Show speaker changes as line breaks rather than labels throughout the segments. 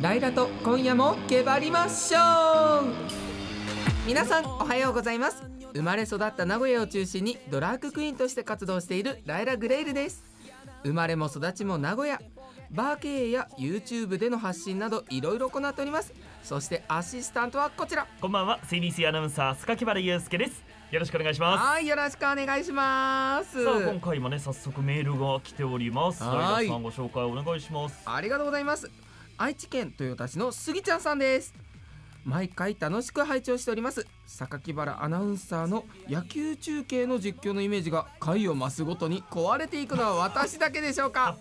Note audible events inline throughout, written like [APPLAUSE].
ライラと今夜もけばりましょう皆さんおはようございます生まれ育った名古屋を中心にドラッグクイーンとして活動しているライラ・グレイルです生まれも育ちも名古屋バー経営や YouTube での発信などいろいろ行っておりますそしてアシスタントはこちら
こんばんは CBC アナウンサー塚木原祐介ですよろしくお願いしま
はいよろしくお願いします
すさあ今回もね早速メールが来ております
は
ラ
い
イラさんご紹介お願いします
ありがとうございます愛知県豊田市のすぎちゃんさんです毎回楽しく拝聴しております榊原アナウンサーの野球中継の実況のイメージが回を増すごとに壊れていくのは私だけでしょうか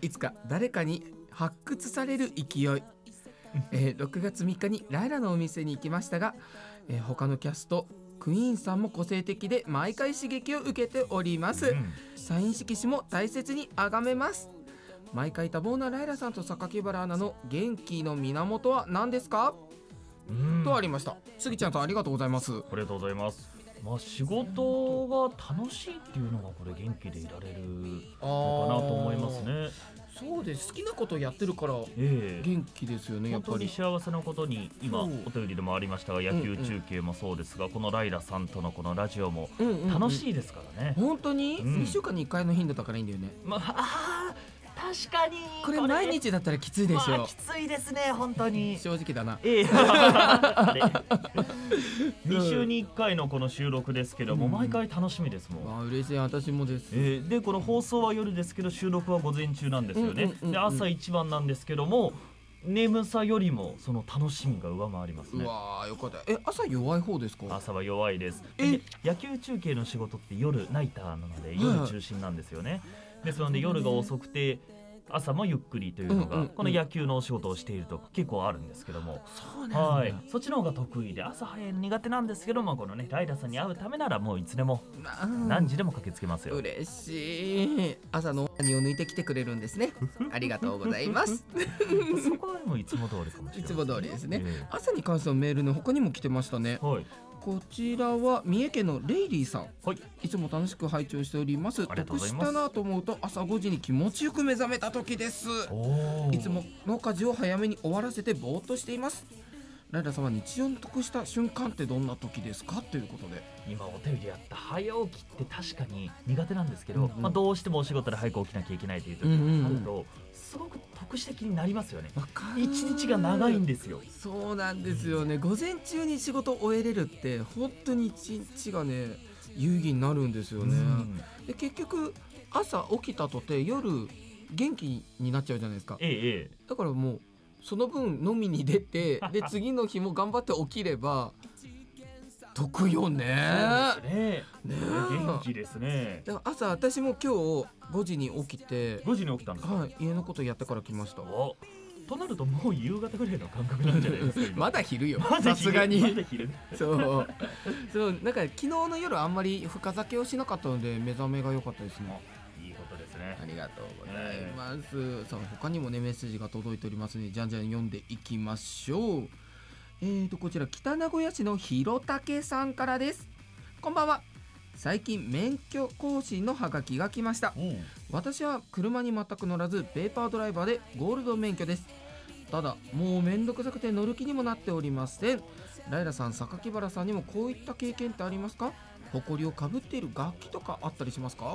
いつか誰かに発掘される勢い、えー6月3日にライラのお店に行きましたが、えー他のキャストクイーンさんも個性的で毎回刺激を受けており
[LAUGHS]
ます、
ん
サイン色紙も大切に崇めます毎回多忙なライラさんと榊原アナの元気の源は何ですか、
うん
とありましたスギちゃんさんありがとうございます
ありがとうございますまあ仕事が楽しいっていうのがこれ元気でいられる
あ
のかなと思いますね
そうです好きなことをやってるから
ええ
元気ですよねやっ
本
ぱ
当に
り
幸せなことに
そ
今お
う
便りでもありましたが野球中継もそうですが、このライラさんとのこのラジオも
うんうんうん
楽しいですからね、
本当に、
うん
2週間に1回の頻度だからいいんだよね
まああー確かに
これ毎日だったらきついでしょ、
まあ、きついですね本
[LAUGHS]
当に
正直だな
[LAUGHS] ええあれ2週に1回のこの収録ですけども、
うん
毎回楽しみですもん、
わあ嬉しい私もです
えーでこの放送は夜ですけど収録は午前中なんですよね、
うんうんうんうん
で朝一番なんですけども眠さよりもその楽しみが上回ります
う
ね
わあよかったえ朝弱い方ですか
朝は弱いです
え
で野球中継の仕事って夜ナイターなので
いはい
夜中心なんですよね、ですので夜が遅くて朝もゆっくりという
う
のが、
んうんうん
この野球のお仕事をしていると結構あるんですけども
そうな
は
ん
い
だ、
[LAUGHS] そっちの方が得意で朝早いの苦手なんですけどもこのねライダーさんに会うためならもういつでも
なうん
何時でも駆けつけますよ、
嬉しい朝の何を抜いてきてくれるんです
[LAUGHS]
ねありがとうございます
そこはもういつも通りかもしれ
い
な
つ
い
も通りですね、
え
朝に関してのメールの他にも来てましたね
えはい
こちらは三重県のレイリーさん
はい
いつも楽しく拝聴しております
ありがと
得
うござい
し
ます
たなと思うと朝5時に気持ちよく目覚めた時です
おー
いつもの家事を早めに終わらせてぼーっとしていますライラさんは日常の得した瞬間ってどんな時ですかということで
今お便りやった早起きって確かに苦手なんですけど、
うんうん
まあ、どうしてもお仕事で早く起きなきゃいけないという時
うんうんうん
があると、すごく得した気になりますよね
わかる
一日が長いんですよ
そうなんですよね午前中に仕事を終えれるって本当に一日がね有意義になるんですよね、
うん
で結局朝起きたとて夜元気になっちゃうじゃないですか
ええええ
だからもうその分飲みに出
[LAUGHS]
てで次の日も頑張って起きれば得よね
そうですね
ね
元
え
気ですね
だから朝私も今日5時に起きて、
5時に起きたんですか
はい、家のことやってから来ました
おとなるともう夕方ぐらいの感覚 [LAUGHS] なんじゃないですか今
[LAUGHS] まだ昼よ
まだ昼
さすがに
まだ昼
そう。そう、なんか昨日の夜あんまり深酒をしなかったので、目覚めが良かったですね。
いいことですね
ありがとうございます。さあ、他にもね、メッセージが届いておりますので、じゃんじゃん読んでいきましょう。えーと、こちら、北名古屋市のひろたけさんからです。こんばんは。最近免許更新のハガキが来ました。
うん
私は車に全く乗らずペーパードライバーでゴールド免許ですただもうめんどくさくて乗る気にもなっておりませんライラさん榊原さんにもこういった経験ってありますか埃をかぶっている楽器とかあったりしますか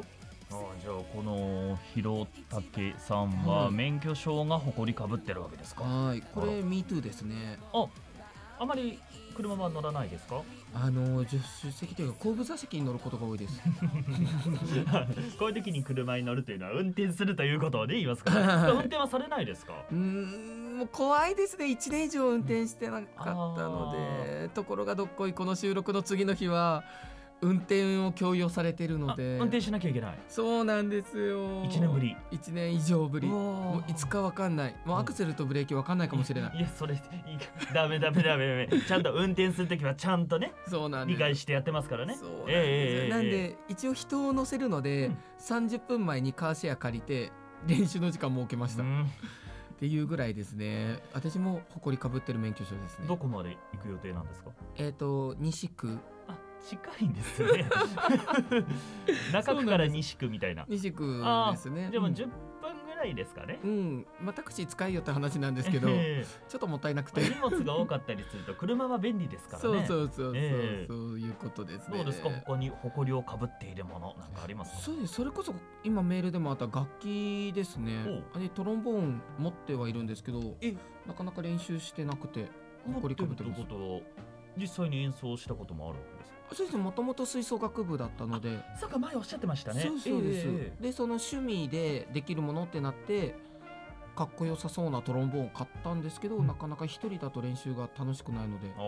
ああじゃあこの広武さんは
うん
免許証が誇りかぶってるわけですか、
はいこれ
あ
MeToo ですね
ああまり車は乗らないですか
[LAUGHS] あの助手席というか後部座席に乗ることが多いです
こういう時に車に乗るというのは運転するということをね言いま
[LAUGHS]
すから、運転はされないですか
[LAUGHS] うーんもう怖いですね1年以上運転してなかったのでところがどっこいこの収録の次の日は運転を強要されているの
あ
で
運転しなきゃいけない
そうなんですよ。
1年ぶ。り
一年以上ぶり。も
も
ういつかわかんない。もうアクセルとブレーキわかんないかもしれない。
いやそれいいダメダメダメダメちゃんと運転する時はちゃんとね
そうなんです。
理解してやってますからね
そうなんですよ、
ええええええ
なんで一応人を乗せるので、
うん
30分前にカーシェア借りて練習の時間設けました、
う
っ
ん
ていうぐらいですね私も埃かぶってる免許証ですね
どこまで行く予定なんですか
えっ、と西区
あ近いんですね [LAUGHS] 中区から西区みたいな
西区ですね
でも
うん
10分ぐらないですかね
うん、まあ、タクシー使いよって話なんですけど、ち
ええ
ょっともったいなく
まあ
て。
荷物が多かったりすると車は便利ですから
そう
ね
そうそうそう、
ええ
そういうことですね。
どうですか他に誇りをかぶっているものなんかありますか
そうですそれこそ今メールでもあった楽器ですねあれトロンボーン持ってはいるんですけど
え
なかなか練習してなくて
持って
誇
る
りかぶっ
ってて
ます
ことは実際に演奏したこともあるわけです
そうですねもともと吹奏楽部だったので
かそうか前おっしゃってましたね
そうそうです、
ええ
でその趣味でできるものってなってかっこよさそうなトロンボーンを買ったんですけど、
うん
なかなか一人だと練習が楽しくないので
ああ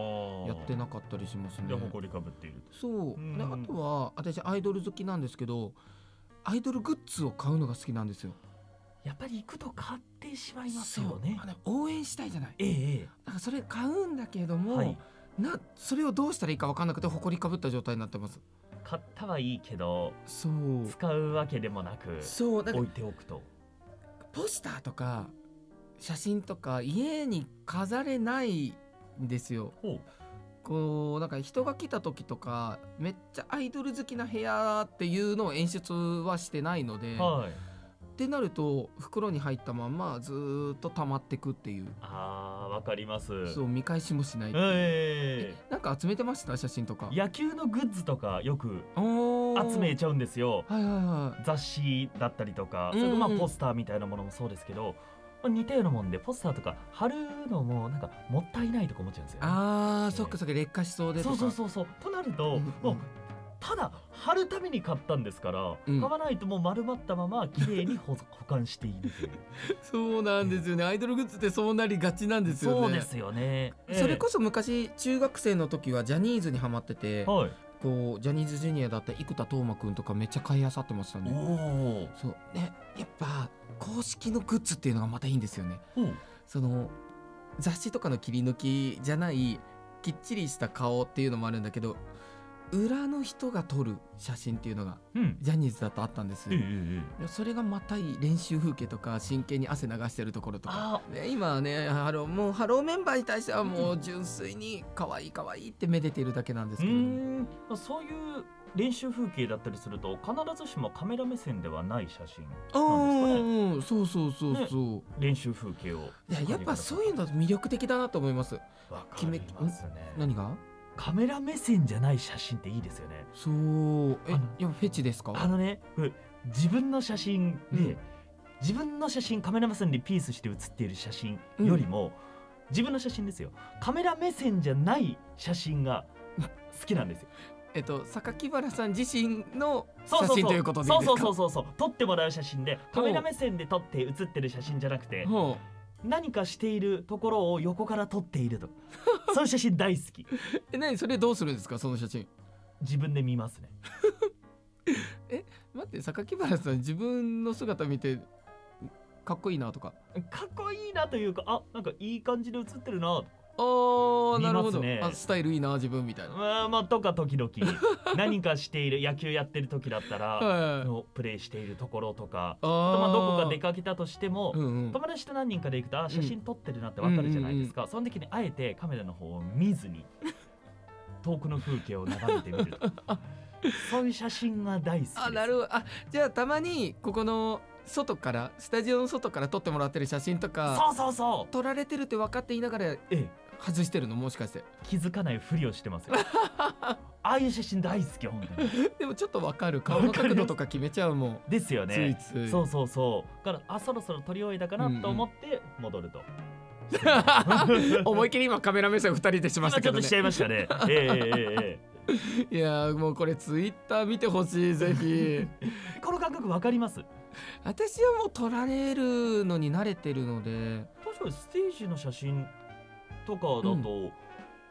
やってなかったりしますね
で誇りかぶっている
そう、
うん
であとは私アイドル好きなんですけどアイドルグッズを買うのが好きなんですよ
やっぱり行くと買ってしまいま
そ
す
う
よね
あの応援したいじゃない
ええ
だからそれ買うんだけども、
はい
なそれをどうしたらいいか分かんなくて埃かぶった状態になってます
買ったはいいけど
そう
使うわけでもなく
そうなん
置い
か
ておくと
ポスターとか写真とか家に飾れないんですよ
ほう
こうなんか人が来た時とかめっちゃアイドル好きな部屋っていうのを演出はしてないので、
はい
ってなると袋に入ったまんまずーっと溜まってくっていう、
あーわかります
そう見返しもしないっていう、
え
なんか集めてました写真とか
え野球のグッズとかよく
おー
集めちゃうんですよ
はいはいはい
雑誌だったりとか
うん
それとまあポスターみたいなものもそうですけど、まあ似たようなもんでポスターとか貼るのもなんかもったいないとか思っちゃうんですよね、
あー、そっかそっか劣化しそうでと
そう
か
そうそうそうとなると、
うんうん
もうただ貼るために買ったんですから、
うん
買わないともう丸まったまま綺麗に保保管しているという
そうなんですよねアイドルグッズってそうなりがちなん [LAUGHS] ですよね
そうですよね、
それこそ昔中学生の時はジャニーズにハマってて
はい
こうジャニーズジュニアだった生田斗真くんとかめっちゃ買い漁ってました
お
ね
お
そうねやっぱ公式のグッズっていうのがまたいいんですよねその雑誌とかの切り抜きじゃないきっちりした顔っていうのもあるんだけど裏の人が撮る写真っていうのが
うん
ジャニーズだとあったんです
えええ
よい
え
やそれがまたいい練習風景とか真剣に汗流してるところとか、
あ
ね、今はねハローもうハローメンバーに対してはもう純粋に可愛い可愛いってめでているだけなんです
う
けれども
んまあそういう練習風景だったりすると必ずしもカメラ目線ではない写真
あ
なんですかね
ーうんそうそうそうそう、
練習風景を
いややっぱそういうの魅力的だなと思います
わかりますね
何が
カメラ目線じゃない写真っていいですよね
そうえ
あの
やっぱフェチですか
あのねこれ自分の写真で、
うん
自分の写真カメラ目線でピースして写っている写真よりも、自分の写真ですよカメラ目線じゃない写真が好きな
[LAUGHS]
んですよ
えっと榊原さん自身の
そう
写
そう
真
そう
ということでいいです
そう
か
そうそうそう撮ってもらう写真でカメラ目線で撮って写ってる写真じゃなくて
ほ
何かしているところを横から撮って
[LAUGHS]
いるとそういう写真大好き
うえ何それどうするんですかその写真
自分で見ますね
待って榊原さん自分の姿見てかっこいいなとか
かっこいいなというかあなんかいい感じで写ってるな
ああなるほど、
見ますね
あスタイルいいな自分みたいな、
まあまあとか時々何かしている野球やってる時だったら
はい
のプレーしているところとか
あ
あ
ー
とまあどこか出かけたとしても、
うんうん、
友達と何人かで行くとあ写真撮ってるなってわかるじゃないですか、その時にあえてカメラの方を見ずに遠くの風景を眺めてみ
[LAUGHS]
るとかそういう写真が大好きです
あなるほどあじゃあたまにここの外からスタジオの外から撮ってもらってる写真とか
そうそうそう
撮られてるって分かっていながら
ええ
外してるのもしかして
気づかないふりをし
[LAUGHS]
てますよああいう写真大好き本当に
でもちょっと分かる顔の角度とか決めちゃうもん、
ですよね
ついつい
そうそうそうだからあそろそろ撮り終えたかなと思って戻ると、
[LAUGHS]
[LAUGHS]
思いっきり今カメラ目線2人でしま
今
した
ち
け
ょっ
ど
と
ね
しちゃいましたね [LAUGHS] えええええ
いやーもうこれツイッター見てほしいぜひ
えこの感覚わかります
私はもう撮られるのに慣れてるので
確かにステージの写真とかだと、
う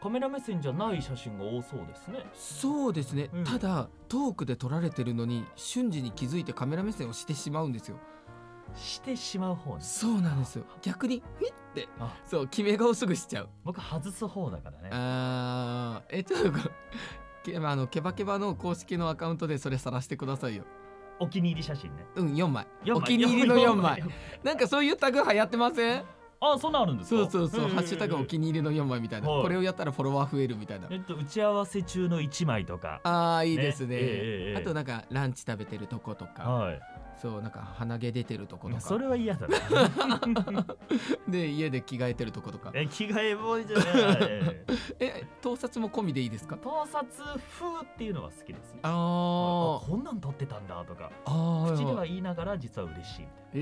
カメラ目線じゃない写真が多そうですね
そうですね、
うん
ただトークで撮られてるのに瞬時に気づいてカメラ目線をしてしまうんですよ
してしまう方ね
そうなんですよ逆にフィって
あ
そう決め顔すぐしちゃう
僕外す方だからね
あーえちょっとこけあのケバケバの公式のアカウントでそれ晒してくださいよ
お気に入り写真ね
うん4枚
4枚
お気に入りの4枚
4
なんかそういうタグ流行ってません
あそんなんあるんですか
そうそうそう、
んんん
ハッシュタグお気に入りの4枚みたいな、
はい
これをやったらフォロワー増えるみたいな
えっと打ち合わせ中の1枚とか
あーいいですね
ねええええ
あとなんかランチ食べてるとことか、
はい
そうなんか鼻毛出てるとこと
そ
か
れは嫌 [LAUGHS] だな
で家で着替えてるとことか
え着替えもんじゃない
え盗撮も込みでいいですか
盗撮風っていうのは好きですね
あ
あ
ー
こんなん撮ってたんだとか
あー
口で
い
はい言いながら実は嬉しいみたいな
え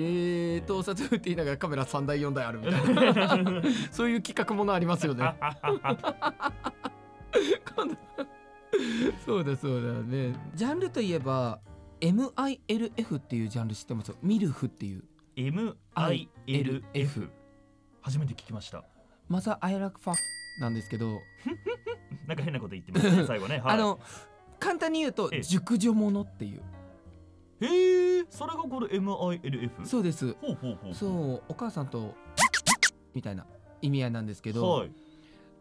ー、盗撮って言いながらカメラ3台4台あるみたいな [LAUGHS] そういう企画ものありますよね今度そうだそうだねジャンルといえば MILF っていうジャンル知ってますミルフっていう
MILF 初めて聞きました
またアイラクファなんですけど、
なんか変なこと言ってます
[LAUGHS]
ね最後ね、はい、
あの簡単に言うと
ええ
熟女ものっていう
へえそれがこの MILF
そうです
ほうほうほう
そうお母さんとみたいな意味合いなんですけど、
はい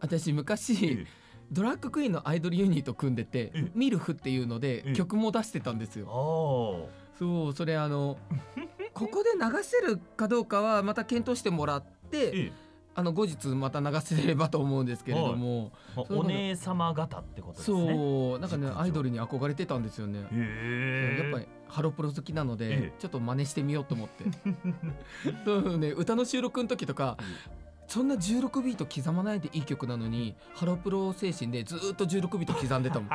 私昔
え
ドラッグクイーンのアイドルユニット組んでて
ええ
「ミルフ」っていうの
え
で
え
曲も出してたんです
あ
よ。
ー
そうそれあ
[LAUGHS]
のここで流せるかどうかはまた検討してもらって
ええ
あの後日また流せればと思うんですけれども、
ま
そうい
あ
うこと
お姉様方ってことですね
そうなんかね
熟女
アイドルに憧れてたんですよね。
へえ
やっぱりハロプロ好きなので、
ええ
ちょっと真似してみようと思って
[LAUGHS]
そうね歌の収録の時とか、そんな16ビート刻まないでいい曲なのにハロプロ精神でずーっと16ビート刻んでた
[LAUGHS]
もん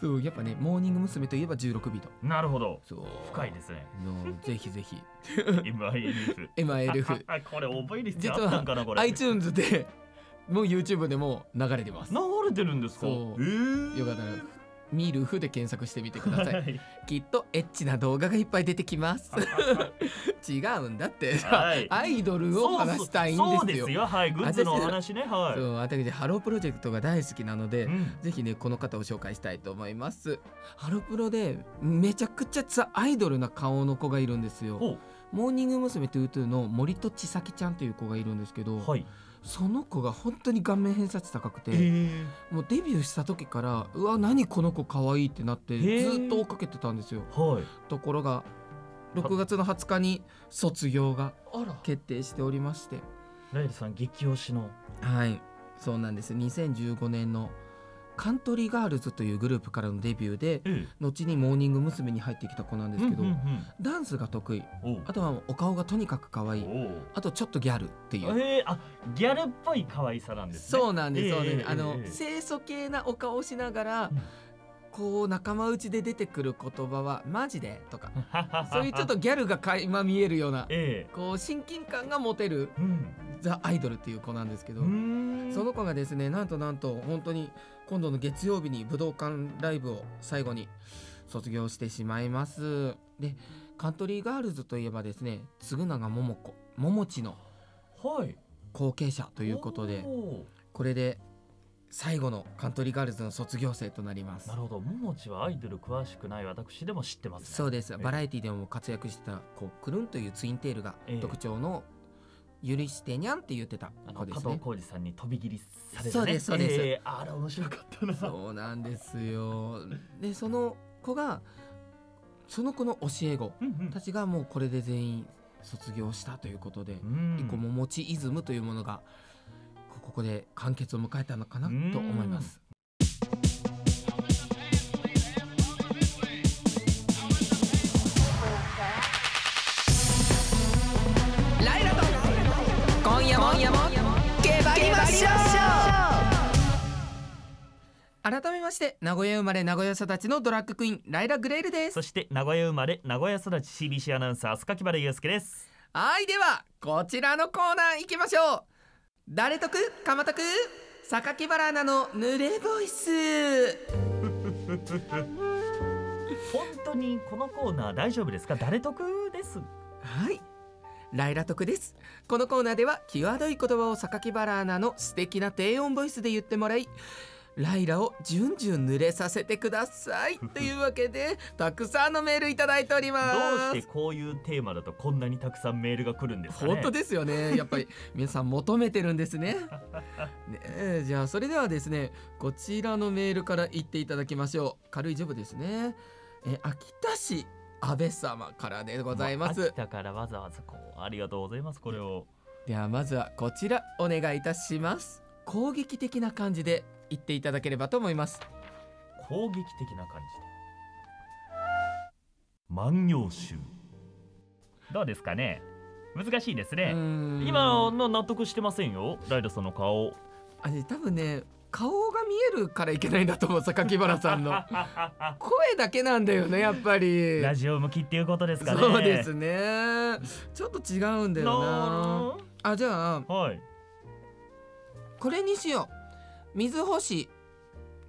そうやっぱねモーニング娘。といえば16ビート
なるほど
そう
深いですね
のぜひぜひ
MILF
MILF
あ [LAUGHS] これ覚える必
実は
要あったんかなこれ
iTunes でもう YouTube でも流れてます
流れてるんですか
そう
えー
よかったらミルフで検索してみてく
[LAUGHS]
ださい
はい
きっとエッチな動画がいっぱい出てきます違うんだ
[LAUGHS]
って
はい
アイドルを話したいん
そうそう
ですよ。
そうですよはいグッズのお話ねはい
そう私ハロープロジェクトが大好きなので、
うん
ぜひねこの方を紹介したいと思います。ハロプロでめちゃくちゃザアイドルな顔の子がいるんですよ。
ほ
モーニング娘。22の森戸千咲ちゃんという子がいるんですけど、
うはい
その子が本当に顔面偏差値高くて、
え
もうデビューした時からうわ何この子可愛いってなって
へー
ずっと追っかけてたんですよ。
ーはい
ところが6月の20日に卒業が
あら
決定しておりまして。
ライルさん激推しの
はいそうなんです2015年のカントリーガールズというグループからのデビューで
え
後にモーニング娘。に入ってきた子なんですけど、
うんうん
ダンスが得意
うんおう
あとはお顔がとにかく可愛い
おう
あとちょっとギャルっていう、
えー、あギャルっぽい可愛さなんですね [LAUGHS]
そうなんです、
ええ
そうなんで
え
す
え
あの、
ええ
清楚系なお顔をしながら、
うん
こう仲間内で出てくる言葉は「マジで」とかそういうちょっとギャルが垣間見えるような
え
こう親近感が持てる
えうん
ザ・アイドルっていう子なんですけど。
うーん
その子がですねなんとなんと本当に今度の月曜日に武道館ライブを最後に卒業してしまいますでカントリーガールズといえばですね嗣永桃子桃地の
はい
後継者ということで
お
これで最後のカントリーガールズの卒業生となりま
ー
す
なるほどももちはアイドル詳しくない私でも知ってます、ね、
そうです
え
バラエティでも活躍してたこうくるんというツインテールが
ええ
特徴のゆりしてにゃんって言ってた
あの
子で
加
す
藤
ね
浩次さんに飛び切りされて、ね、
そうですそうです
えー、あら面白かったな
そうなんですよ。でその子がその子の教え子
うんうん
たちがもうこれで全員卒業したということで、
うん
一個ももちイズムというものがこここで完結を迎えたのかな
うん
と思います。ライラと今夜も今夜も
けばりましょ
改めまして名古屋生まれ名古屋育ちのドラッグクイーンライラグレールです
そ。して名古屋生まれ名古屋育ち CBC アナウンサー須垣原祐介です
はいではこちらのコーナー行きましょう誰得かま得榊原アナの濡れボイス
本当にこのコーナー大丈夫ですか誰得です
はいライラ得ですこのコーナーでは際どい言葉を榊原アナの素敵な低音ボイスで言ってもらいライラをじゅんじゅん濡れさせてくださいというわけでたくさんのメールいただいており
ど
ます
うしてこういうテーマだとこんなにたくさんメールが来るんですかね
本当ですよ
[LAUGHS]
ねやっぱり皆さん求めてるんですねねえじゃあそれではですねこちらのメールから言っていただきましょう軽いジョブですねえ秋田市安倍様からでございま
あ
す
秋田からわざわざこうありがとうございますこれを
ではまずはこちらお願いいたします攻撃的な感じで言っていただければと思います
攻撃的な感じで万葉集どうですかね難しいですね、今
今
の納得してませんよライダさんの顔
あれ多分ね顔が見えるからいけないんだと思
[LAUGHS]
う榊原さんの声だけなんだよねやっぱり
ラジオ向きっていうことですかね
そうですねちょっと違うんだよな
な
あじゃあ
あはい
これにしよう水星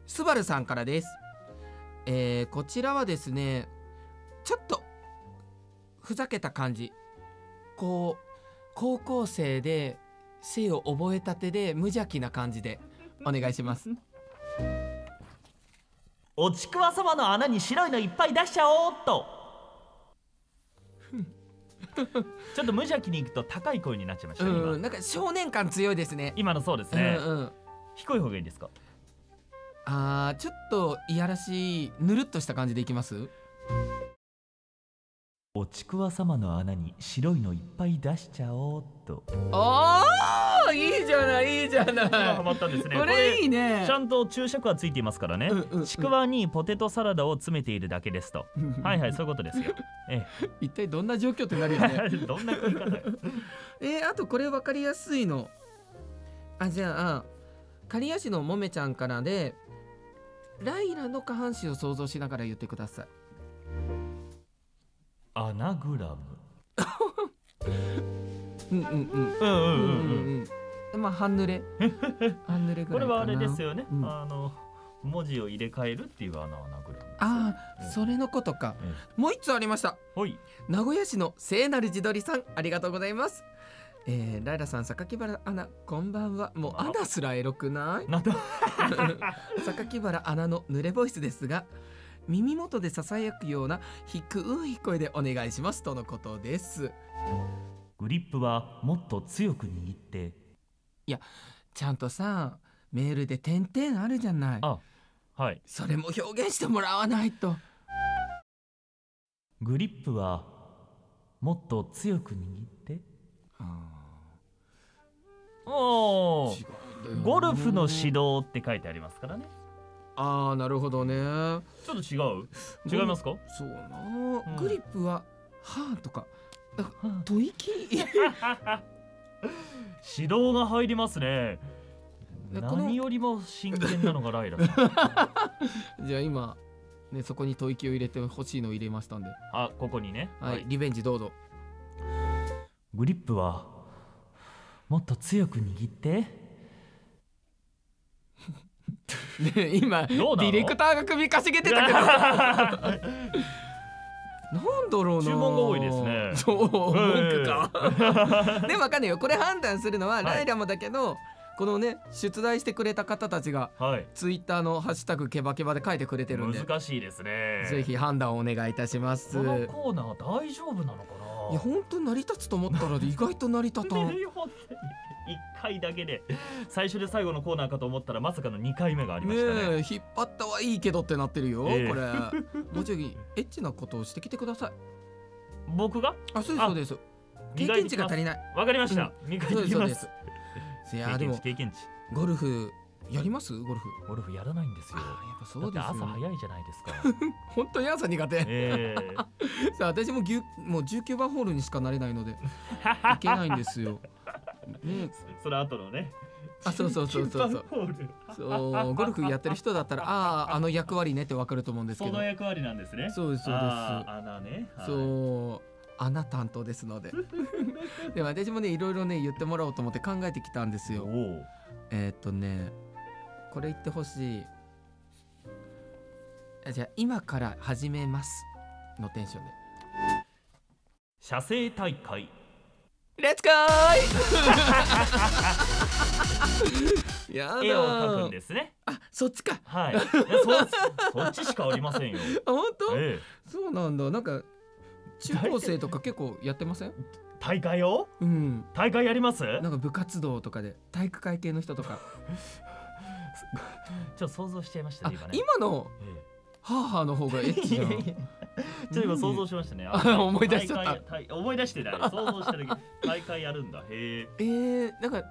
すばるさんからですえー、こちらはですねちょっとふざけた感じこう高校生で性を覚えたてで無邪気な感じでお願いし
[LAUGHS]
ます
おちくわ様の穴に白いのいっぱい出しちゃおうっと [LAUGHS] ちょっと無邪気にいくと高い声になっちゃいました
う
ね
ん
今
なんか少年感強いですね
今のそうですね、
うんうん
低い方がいいですか
あーちょっといやらしいぬるっとした感じでいきます
おちくわ様の穴に白いのいっぱい出しちゃおうっと
あーいいじゃないいいじゃな
今ハ
い
マったんですね
これいいね
ちゃんと注釈はついていますからね、
うんうんうん
ちくわにポテトサラダを詰めているだけですとはいはいそういうことですよえ
一体どんな状況ってなるよね
え [LAUGHS] どんな食い方よ
えー、あとこれ分かりやすいのあじゃあ刈谷市のもめちゃんからでライラの下半身を想像しながら言ってください
アナグラム
うんうんうん
うんうん
うんう
う
ん
んうん
うんでまあ半
[LAUGHS]
濡れ半濡れぐ
こ
らい
れ
かな
はあれですよね、
うん
あの文字を入れ替えるっていうあのアナグラム
ああそれのことか
え
もう一つありました
ほい
名古屋市の聖なる自撮りさんありがとうございますえー、ライラさん榊原アナこんばんはもうアナすらエロく
[LAUGHS]
ない
なんだ
榊原アナの濡れボイスですが耳元でささやくような低い声でお願いしますとのことです
グリップはもっと強く握って
ちゃんとさメールで点々あるじゃない
あはい
それも表現してもらわないと
グリップはもっと強く握っておおゴルフの指導って書いてありますからね
ああなるほどね
ちょっと違う違いますか
[LAUGHS] そうな、
うん
グリップははあとか吐息
指導が入りますね
でこの
何よりも真剣なのがライラ
[LAUGHS]
さん
じゃあ今ねそこに吐息を入れてほしいのを入れましたんでは
あここにね
い、リベンジどうぞ [LAUGHS]
グリップはもっと強く握って
ね今デ
どうなの
ィレクターが首かしげてた [LAUGHS] けどなんだろうな
注文が多いですね
[LAUGHS] そう文句か、 [LAUGHS] でもわかんないよこれ判断するのは
はい
ライラもだけど、このね出題してくれた方たちが
はい
ツイッターの「ハッシュタグケバケバ」で書いてくれてるんで
難しいですね
ぜひ判断をお願いいたします
この
い
コーナー大丈夫なのかな
や本当成り立つと思ったら意外と成り立たんね
[LAUGHS] ね本当に1回だけで最初で最後のコーナーかと思ったらまさかの2回目
[LAUGHS]
がありましたね
え引っ張ったはいいけどってなってるよ、
ええ [LAUGHS]
これもうちょいエッチなことをしてきてください
僕が
あそうですそうです経験値が足りない
わかりました、磨い
そう
て
です
いき
そう
ま
ですすいや
経
ーで
験
も
値経験値
ゴルフやりますゴルフ
ゴルフやらないんですよ
あーやっぱそうです
だって朝
よ、ね、
早いじゃないですか
[LAUGHS] 本当に朝苦手
ええ
さあ私もぎゅもう19番ホールにしかなれない
[LAUGHS]
のでいけないんですよ、ね、
その後のね
あそうそうそうそうそう
10番ホール
そうゴルフやってる人だったらあああの役割ねってわかると思うんですけ
そ
ど
の役割なんですね
そうですそう
あ
で
ー穴ねはい
すそう穴担当ですのででも私もねいろいろね言ってもらおうと思って考えてきたんです
お
よ
お
えー、っとねこれ言ってほしいあじゃあ今から始めますのテンションで
射精大会
レッツゴーいやだー
絵を描くんですね
あそっちかあ
はいいやそそっちしかありませんよ
本当、
ええ
そうなんだなんか中高生とか結構やってません
大会を
うん
大会やります
なんか部活動とかで体育会系の人とか
ちょっと想像しちゃいました
あ
ね今ね
今の母の方がエッチじ
[LAUGHS]
ゃん
ちょっと今想像しましたね。
あ思い出しちゃった
大会大思い出してない。想像した時大会やるんだ。へえ。
えー、なんか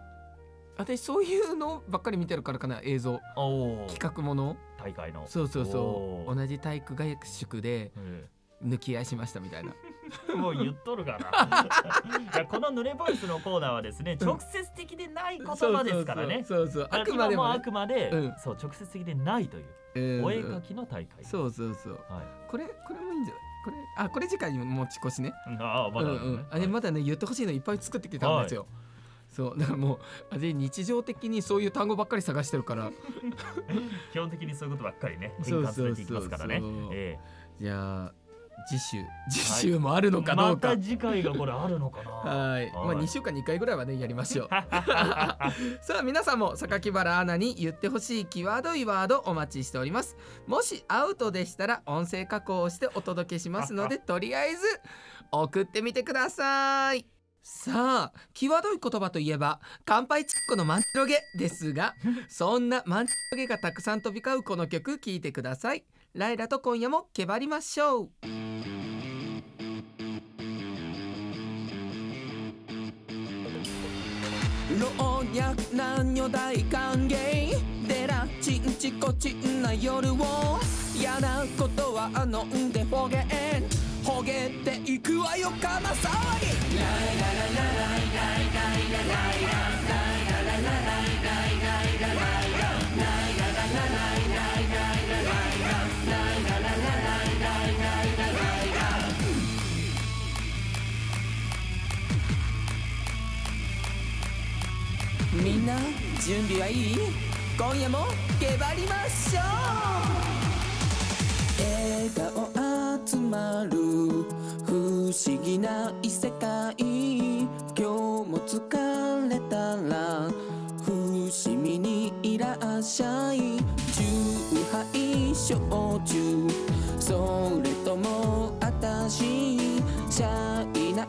私そういうのばっかり見てるからかな映像
おお。
企画もの
大会の。
そうそう
お
そう
ー
同じ体育外宿で
ええ
抜き合いしましたみたいな
もう言っとるから [LAUGHS] いやこの濡れボイスのコーナーはですね
うん
直接的でない言葉ですからね
そうそうそうそうあくまで
今
も
あ
ね、
くまで、
うん
そう直接的でないという
うん
お絵描きの大会、
そうそうそう
はい
これこれもいいんじゃないこれあこれ次回にも持ち越しね
ああまだあ
う
る
ん
ね、
うん、あれまだね言ってほしいのいっぱい作ってきたんですよ、そうだからもうあれ日常的にそういう単語ばっかり探してるから
基本的にそういうことばっかりね
そ
変
う
換
そう
されていきますからね
そうそう
え
じゃあ次週次週もあるの
え
かど
ま
うか、
た次回がこれあるのかな
[LAUGHS] はい、まあ
はい
2週間に1回ぐらいはねやりま
[LAUGHS]
しょうさあ皆さんも榊原アナに言ってほしいキーワードいワードお待ちしておりますもしアウトでしたら音声加工をしてお届けします
[LAUGHS]
のでとりあえず送ってみてくださいさあ際どい言葉といえば「乾杯チッコのマンチロゲ」です
[LAUGHS]
がそんなマンチロゲがたくさん飛び交うこの曲聴いてくださいライラと今夜もけばりましょう老若男女大歓迎でらちんちこちんな夜を嫌なことは飲んでほげんほげていくわよかな騒ぎみんな準備はいい今夜もけばりましょう笑顔集まる不思議な異世界今日も疲れたら伏見にいらっしゃい酎ハイ焼酎それともあたしシャイな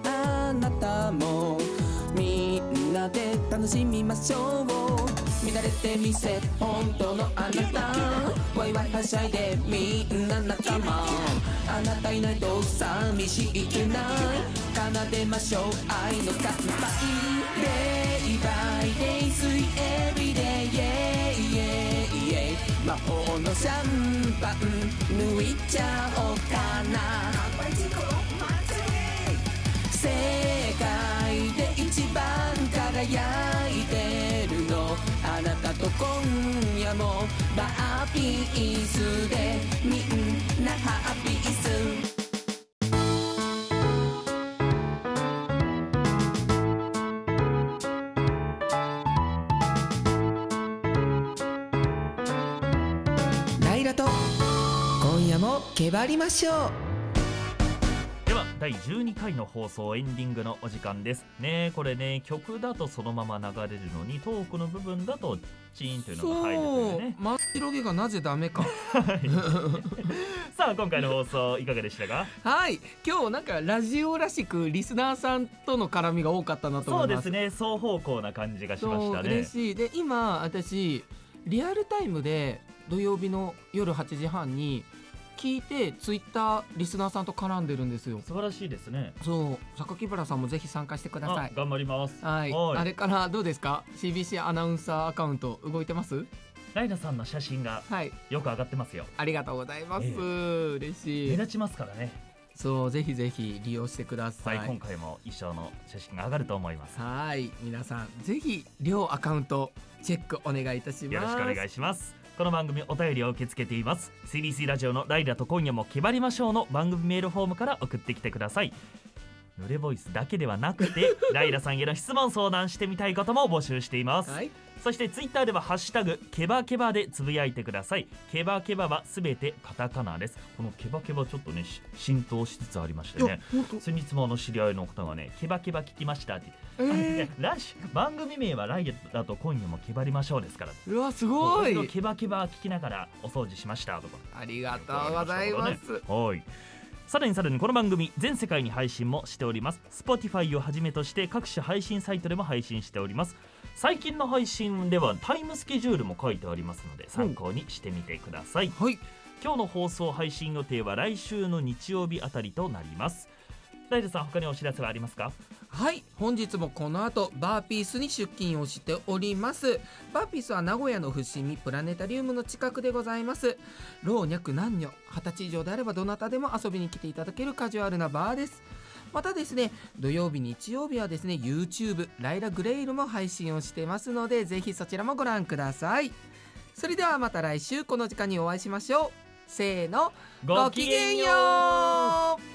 あなたもみんなで楽しみましょう乱れてみせ本当のあなたワイワイはしゃいでみんな仲間あなたいないと寂しいけない奏でましょう愛の乾杯 Day by day 水 every day yeah, yeah, yeah 魔法のシャンパン抜いちゃおうかな乾杯事故世界で一番輝いてるのあなたと今夜もバーピースでみんなハッピースライラと今夜もけばりましょう
では第12回の放送エンディングのお時間ですねえこれね曲だとそのまま流れるのにトークの部分だとチーンというのが入るというね
真っ白毛がなぜダメか
[LAUGHS] さあ今回の放送いかがでしたか
はい今日なんかラジオらしくリスナーさんとの絡みが多かったなと
そ
思
う
い
で
ます
すね双方向な感じがしました
そう
ね
嬉しいで今私リアルタイムで土曜日の夜8時半に聞いてツイッターリスナーさんと絡んでるんですよ
素晴らしいですね
そう榊原さんもぜひ参加してくださ
あ
い
頑張ります
はい
はい
あれからどうですか CBC アナウンサーアカウント動いてます
ライナさんの写真が
はい
よく上がってますよ
ありがとうございます、
ええ
嬉
目
しい
立ちますからね
そうぜひぜひ利用してくださ
はいい、今回も衣装の写真が上がると思います。
はい皆さんぜひ両アカウントチェックお願いいたします
よろしくお願いします。この番組お便りを受け付けています。CBC ラジオのライダと今夜も決まりましょうの番組メールフォームから送ってきてください。濡れボイスだけではなく
[LAUGHS]
て、ライダさんへの質問相談してみたいことも募集しています。
はい
そしてツイッターではハッシュタグケバケバでつぶやいてください。ケバケバはすべてカタカナです。このケバケバちょっとねし浸透しつつありまして
いや
ね。
本当
先日もあの知り合いの方がねケバケバ聞きましたって
え
いや
ー
来週番組名は来月だと今夜もけばりましょうですから。
うわすごい
僕のケバケバ聞きながらお掃除しましたとか。
ありがとうございます。
はい。さらにさらにこの番組全世界に配信もしております Spotify をはじめとして各種配信サイトでも配信しております最近の配信ではタイムスケジュールも書いてありますので参考にしてみてください、
はい、
今日の放送配信予定は来週の日曜日あたりとなりますライラさん他にお知らせはありますか
はい本日もこの後バーピースに出勤をしておりますバーピースは名古屋の伏見プラネタリウムの近くでございます老若男女二十歳以上であればどなたでも遊びに来ていただけるカジュアルなバーですまたですね土曜日日曜日はですね YouTube ライラグレイルも配信をしてますのでぜひそちらもご覧くださいそれではまた来週この時間にお会いしましょうせーの
ごきげんよう
ごきげんよう